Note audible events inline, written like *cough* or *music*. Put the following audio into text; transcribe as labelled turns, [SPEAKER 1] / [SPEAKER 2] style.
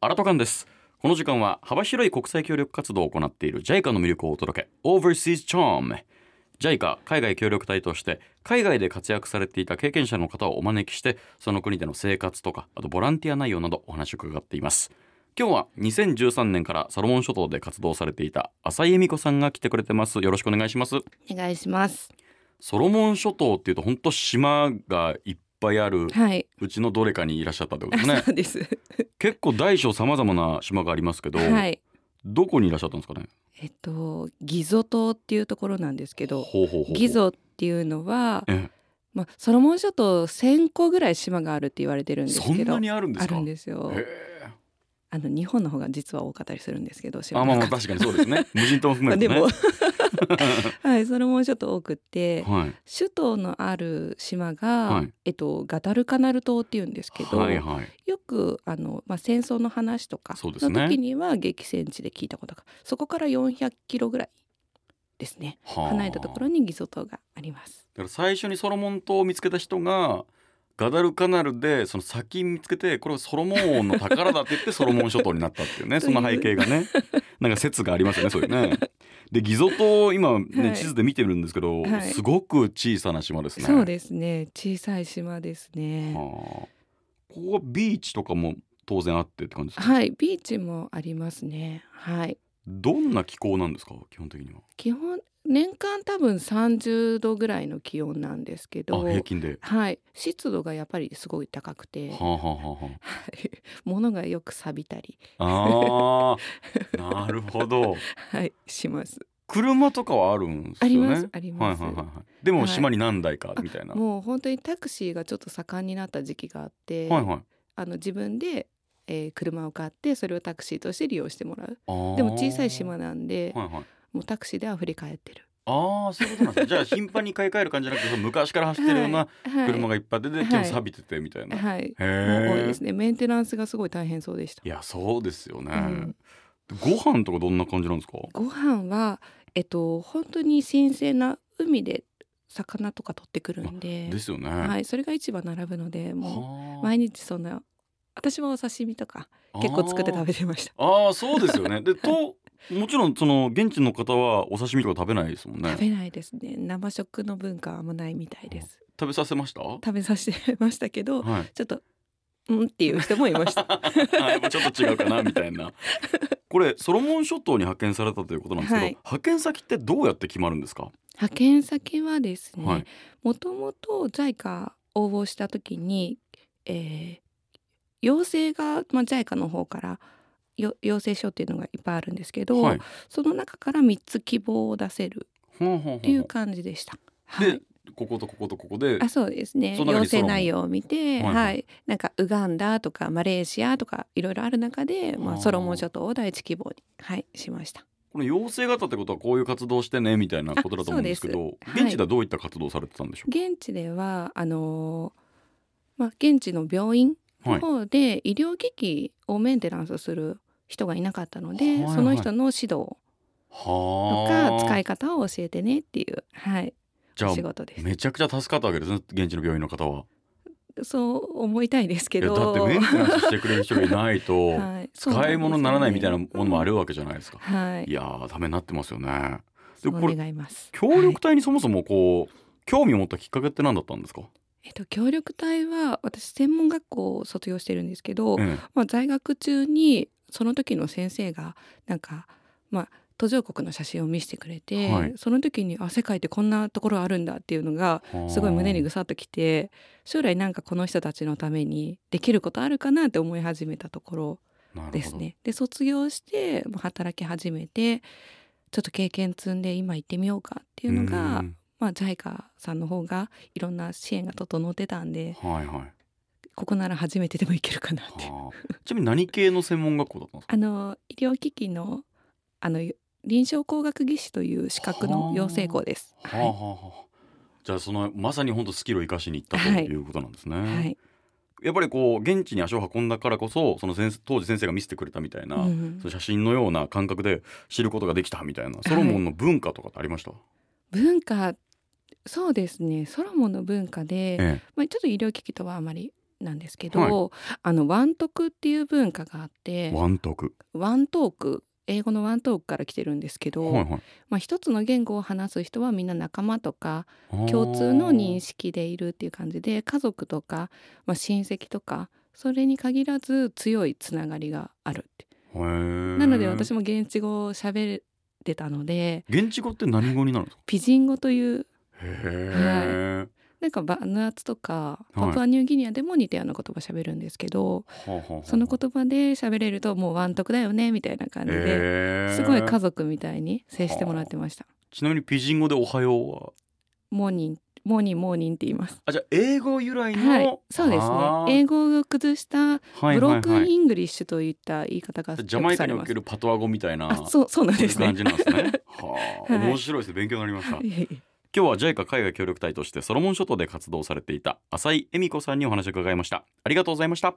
[SPEAKER 1] アラトカンですこの時間は幅広い国際協力活動を行っている JICA の魅力をお届け Overseas Charm JICA 海外協力隊として海外で活躍されていた経験者の方をお招きしてその国での生活とかあとボランティア内容などお話を伺っています今日は2013年からサロモン諸島で活動されていた浅井恵美子さんが来てくれてますよろしくお願いします
[SPEAKER 2] お願いします。
[SPEAKER 1] ソロモン諸島っていうと本当島がいっぱいある
[SPEAKER 2] はい。
[SPEAKER 1] うちのどれかにいらっしゃったってことです
[SPEAKER 2] あ *laughs*
[SPEAKER 1] ね
[SPEAKER 2] そうです。
[SPEAKER 1] 結構大小さまざまな島がありますけど、
[SPEAKER 2] はい。
[SPEAKER 1] どこにいらっしゃったんですかね
[SPEAKER 2] えっとギゾ島っていうところなんですけど、
[SPEAKER 1] ほうほうほう
[SPEAKER 2] ギゾっていうのは
[SPEAKER 1] ええ、
[SPEAKER 2] まあソロモン諸島1000個ぐらい島があるって言われてるんです
[SPEAKER 1] そん
[SPEAKER 2] けど、
[SPEAKER 1] なにあるんで
[SPEAKER 2] あ
[SPEAKER 1] すか
[SPEAKER 2] るんですよ。
[SPEAKER 1] へ
[SPEAKER 2] あの日本の方が実は多かったりするんですけど、
[SPEAKER 1] え
[SPEAKER 2] 島
[SPEAKER 1] あまあま
[SPEAKER 2] の
[SPEAKER 1] あ確
[SPEAKER 2] 中
[SPEAKER 1] かにそうですね無人島も含
[SPEAKER 2] ま
[SPEAKER 1] めて
[SPEAKER 2] あ *laughs* で
[SPEAKER 1] ね
[SPEAKER 2] もはいソロモン諸島多くて、
[SPEAKER 1] はい
[SPEAKER 2] 首都のある島が、
[SPEAKER 1] はい
[SPEAKER 2] えっとガダルカナル島っていうんですけど、
[SPEAKER 1] はいはい
[SPEAKER 2] よくあの、まあ、戦争の話とか
[SPEAKER 1] そうですね
[SPEAKER 2] の時には激戦地で聞いたことがそ,、こから400キロぐらいですね
[SPEAKER 1] はあ
[SPEAKER 2] 離れたところにギソ島があります。
[SPEAKER 1] だから最初にソロモン島を見つけた人がガダルカナルでその先見つけてこれはソロモンの宝だって
[SPEAKER 2] *laughs*
[SPEAKER 1] 言ってソロモン諸島になったっていうねそんな背景がねなんか説がありますよね
[SPEAKER 2] *laughs*
[SPEAKER 1] そういうねでギゾ島今ね、
[SPEAKER 2] はい
[SPEAKER 1] 地図で見てるんですけど、
[SPEAKER 2] はい
[SPEAKER 1] すごく小さな島ですね
[SPEAKER 2] そうですね小さい島ですね。
[SPEAKER 1] はあここはビーチとかも当然あってって感じですか、
[SPEAKER 2] はいビーチもありますね。はい
[SPEAKER 1] どんな気候なんですか基本的には
[SPEAKER 2] 基本年間多分30度ぐらいの気温なんですけ
[SPEAKER 1] あ
[SPEAKER 2] ど
[SPEAKER 1] 平均で、
[SPEAKER 2] はい湿度がやっぱりすごい高くて、
[SPEAKER 1] はあ、はあはあは
[SPEAKER 2] はい *laughs* 物がよく錆びたり、
[SPEAKER 1] あ、あー
[SPEAKER 2] *laughs*
[SPEAKER 1] なるほど
[SPEAKER 2] はい、します。
[SPEAKER 1] 車とかはあるんですよね
[SPEAKER 2] ありますあります
[SPEAKER 1] はいはいはいはい、でも島に何台かみたいな、はい、
[SPEAKER 2] もう本当にタクシーがちょっと盛んになった時期があって、
[SPEAKER 1] はい
[SPEAKER 2] あの自分で、えー車を買ってそれをタクシーとして利用してもらう
[SPEAKER 1] あー
[SPEAKER 2] でも小さい島なんで、
[SPEAKER 1] はいはい
[SPEAKER 2] もうタクシーであふれ返ってる
[SPEAKER 1] ああそういうことなんですねじゃあ頻繁に買い替える感じじゃなくてその昔から走ってるような車がいっぱい出て、
[SPEAKER 2] はい
[SPEAKER 1] でも錆びててみたいな、
[SPEAKER 2] はい、はい
[SPEAKER 1] へ
[SPEAKER 2] もう多い
[SPEAKER 1] え
[SPEAKER 2] ですねメンテナンスがすごい大変そうでした
[SPEAKER 1] いやそうですよね、
[SPEAKER 2] うん
[SPEAKER 1] ご飯とかどんな感じなんですか
[SPEAKER 2] ご飯はえっと本当に新鮮な海で魚とか取ってくるんで
[SPEAKER 1] ですよね、
[SPEAKER 2] はい、それが市場並ぶのでもう
[SPEAKER 1] は
[SPEAKER 2] 毎日そんな私はお刺身とか
[SPEAKER 1] あ
[SPEAKER 2] 結構作って食べてました、
[SPEAKER 1] ああそうですよねでと *laughs* もちろんその現地の方はお刺身とか食べないですもんね
[SPEAKER 2] 食べないですね生食の文化はあんまないみたいです
[SPEAKER 1] 食べさせましたは
[SPEAKER 2] 食べさせてましたけど
[SPEAKER 1] い
[SPEAKER 2] ちょっとうんっていう人もい
[SPEAKER 1] *laughs*
[SPEAKER 2] ました
[SPEAKER 1] あやっぱちょっと違うかなみたい
[SPEAKER 2] *laughs*
[SPEAKER 1] なこれソロモン諸島に派遣されたということなんですけど、
[SPEAKER 2] はい
[SPEAKER 1] 派遣先ってどうやって決まるんですか
[SPEAKER 2] 派遣先はですね、
[SPEAKER 1] はい
[SPEAKER 2] もともと JICA 応募した時に、えー要請が、まあ、JICA の方からよ要請書っていうのがいっぱいあるんですけど、
[SPEAKER 1] はい
[SPEAKER 2] その中から3つ希望を出せる
[SPEAKER 1] ほうほうほう
[SPEAKER 2] っていう感じでした。は
[SPEAKER 1] で
[SPEAKER 2] い、
[SPEAKER 1] こことこことここで
[SPEAKER 2] あそうですね
[SPEAKER 1] その中
[SPEAKER 2] 要
[SPEAKER 1] にソロ
[SPEAKER 2] 請
[SPEAKER 1] モン
[SPEAKER 2] 内容を見て、
[SPEAKER 1] は
[SPEAKER 2] はいい
[SPEAKER 1] はい
[SPEAKER 2] なんかウガンダとかマレーシアとかいろいろある中で、ま
[SPEAKER 1] あ
[SPEAKER 2] あ、
[SPEAKER 1] ー
[SPEAKER 2] ソロモン諸島を第一希望に、はい、しました。
[SPEAKER 1] この養成型ってことはこういう活動してねみたいなことだと思うんですけど
[SPEAKER 2] あそうです
[SPEAKER 1] 現地ではどういった活動をされてたんでしょう
[SPEAKER 2] 現地ではあのーまあ、現地の病院の方で医療機器をメンテナンスする人がいなかったので、
[SPEAKER 1] はいはい
[SPEAKER 2] その人の指導と
[SPEAKER 1] は
[SPEAKER 2] か
[SPEAKER 1] あ
[SPEAKER 2] 使い方を教えてねっていう、はい、
[SPEAKER 1] じゃ
[SPEAKER 2] お
[SPEAKER 1] あ
[SPEAKER 2] 仕事です。
[SPEAKER 1] めちゃくちゃ助かったわけですね現地の病院の方は。
[SPEAKER 2] そう思いたいですけ
[SPEAKER 1] いや
[SPEAKER 2] ど
[SPEAKER 1] だってメンテナンスしてくれる人がいないと、
[SPEAKER 2] *laughs* はいそうなんですよね
[SPEAKER 1] 使い物にならないみたいなものもあるわけじゃないですか。
[SPEAKER 2] はい
[SPEAKER 1] いやーためになってますよね。で
[SPEAKER 2] そう
[SPEAKER 1] これ
[SPEAKER 2] 願います
[SPEAKER 1] 協
[SPEAKER 2] はい
[SPEAKER 1] 力隊にそもそもこう、興味を持ったきっかけって何だったんですか。
[SPEAKER 2] えっと、協力隊は私専門学校を卒業してるんですけど、
[SPEAKER 1] ええ
[SPEAKER 2] まあ、在学中にその時の先生がなんか、まあ、途上国の写真を見せてくれて、
[SPEAKER 1] はい
[SPEAKER 2] その時にあ世界ってこんなところあるんだっていうのがすごい胸にぐさっときて将来なんかこの人たちのためにできることあるかなって思い始めたところ
[SPEAKER 1] なるほど
[SPEAKER 2] です。ね。で卒業してまあ働き始めてちょっと経験積んで今行ってみようかっていうのが、
[SPEAKER 1] うん
[SPEAKER 2] まあ、JICA さんの方がいろんな支援が整ってたんで
[SPEAKER 1] はいはい。
[SPEAKER 2] ここなら初めてでもいけるかなっていう。
[SPEAKER 1] はあちなみに何系の専門学校だったんですか。
[SPEAKER 2] あの医療機器のあの臨床工学技師という資格
[SPEAKER 1] はあ
[SPEAKER 2] の養成校です。
[SPEAKER 1] はあはあはあじゃあそのまさに本当スキルを生かしに行ったと
[SPEAKER 2] はい
[SPEAKER 1] いうことなんですね。
[SPEAKER 2] はい。
[SPEAKER 1] やっぱりこう現地に足を運んだからこそその先生当時先生が見せてくれたみたいな、
[SPEAKER 2] うん
[SPEAKER 1] その写真のような感覚で知ることができたみたいなソロモンの文化とかってありました、
[SPEAKER 2] 文化そうですね。ソロモンの文化で、
[SPEAKER 1] え
[SPEAKER 2] まあちょっと医療機器とはあまりなんですけど、
[SPEAKER 1] は
[SPEAKER 2] あのワントクっていう文化があって
[SPEAKER 1] ワントク。
[SPEAKER 2] ワントーク英語のワントークから来てるんですけど、
[SPEAKER 1] はいはい
[SPEAKER 2] まあ、一つの言語を話す人はみんな仲間とか
[SPEAKER 1] あー。
[SPEAKER 2] 共通の認識でいるっていう感じで家族とか、まあ、親戚とかそれに限らず強いつながりがあるって
[SPEAKER 1] へー
[SPEAKER 2] なので私も現地語を喋ってたので
[SPEAKER 1] 現地語って何語になるんですか。
[SPEAKER 2] ピジン語という
[SPEAKER 1] へえ。
[SPEAKER 2] なんかバヌアツとか
[SPEAKER 1] はい
[SPEAKER 2] パプアニューギニアでも似たような言葉喋るんですけど、
[SPEAKER 1] はあはあはあ
[SPEAKER 2] その言葉で喋れるともうワントクだよねみたいな感じで、
[SPEAKER 1] へー
[SPEAKER 2] すごい家族みたいに接してもらってました。
[SPEAKER 1] ちなみにピジン語でおはようは。
[SPEAKER 2] モーニンモーニンモーニンって言います。
[SPEAKER 1] あ、じゃあ英語由来の。
[SPEAKER 2] はい、そうですね
[SPEAKER 1] あ。ー
[SPEAKER 2] 英語を崩した
[SPEAKER 1] は
[SPEAKER 2] ブ
[SPEAKER 1] いは
[SPEAKER 2] ロ
[SPEAKER 1] い
[SPEAKER 2] ーク
[SPEAKER 1] は
[SPEAKER 2] ン
[SPEAKER 1] い
[SPEAKER 2] イングリッシュといった言い方が
[SPEAKER 1] ジャマイカにお
[SPEAKER 2] よく
[SPEAKER 1] け
[SPEAKER 2] され
[SPEAKER 1] るパトワ語みたいな。
[SPEAKER 2] ますあ、そうそうなん
[SPEAKER 1] そう
[SPEAKER 2] で
[SPEAKER 1] いう
[SPEAKER 2] すね
[SPEAKER 1] 感。じなんですね。
[SPEAKER 2] *laughs*
[SPEAKER 1] はあ、
[SPEAKER 2] はい
[SPEAKER 1] 面白いですね。勉強になりました。
[SPEAKER 2] *laughs* いえいえ
[SPEAKER 1] 今日は JICA 海外協力隊としてソロモン諸島で活動されていた浅井恵美子さんにお話を伺いました。ありがとうございました。